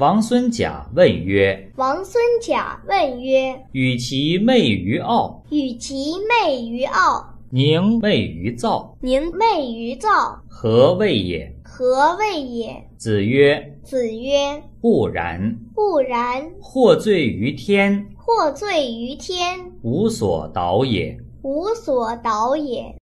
王孙贾问曰王孙贾问曰：“：“与其媚于傲，与其媚于傲，宁媚于躁，宁媚于躁，何谓也何谓也？”子曰？”子曰：“不然，：“不然，获罪于天，获罪于天，无所导也。”无所导也。”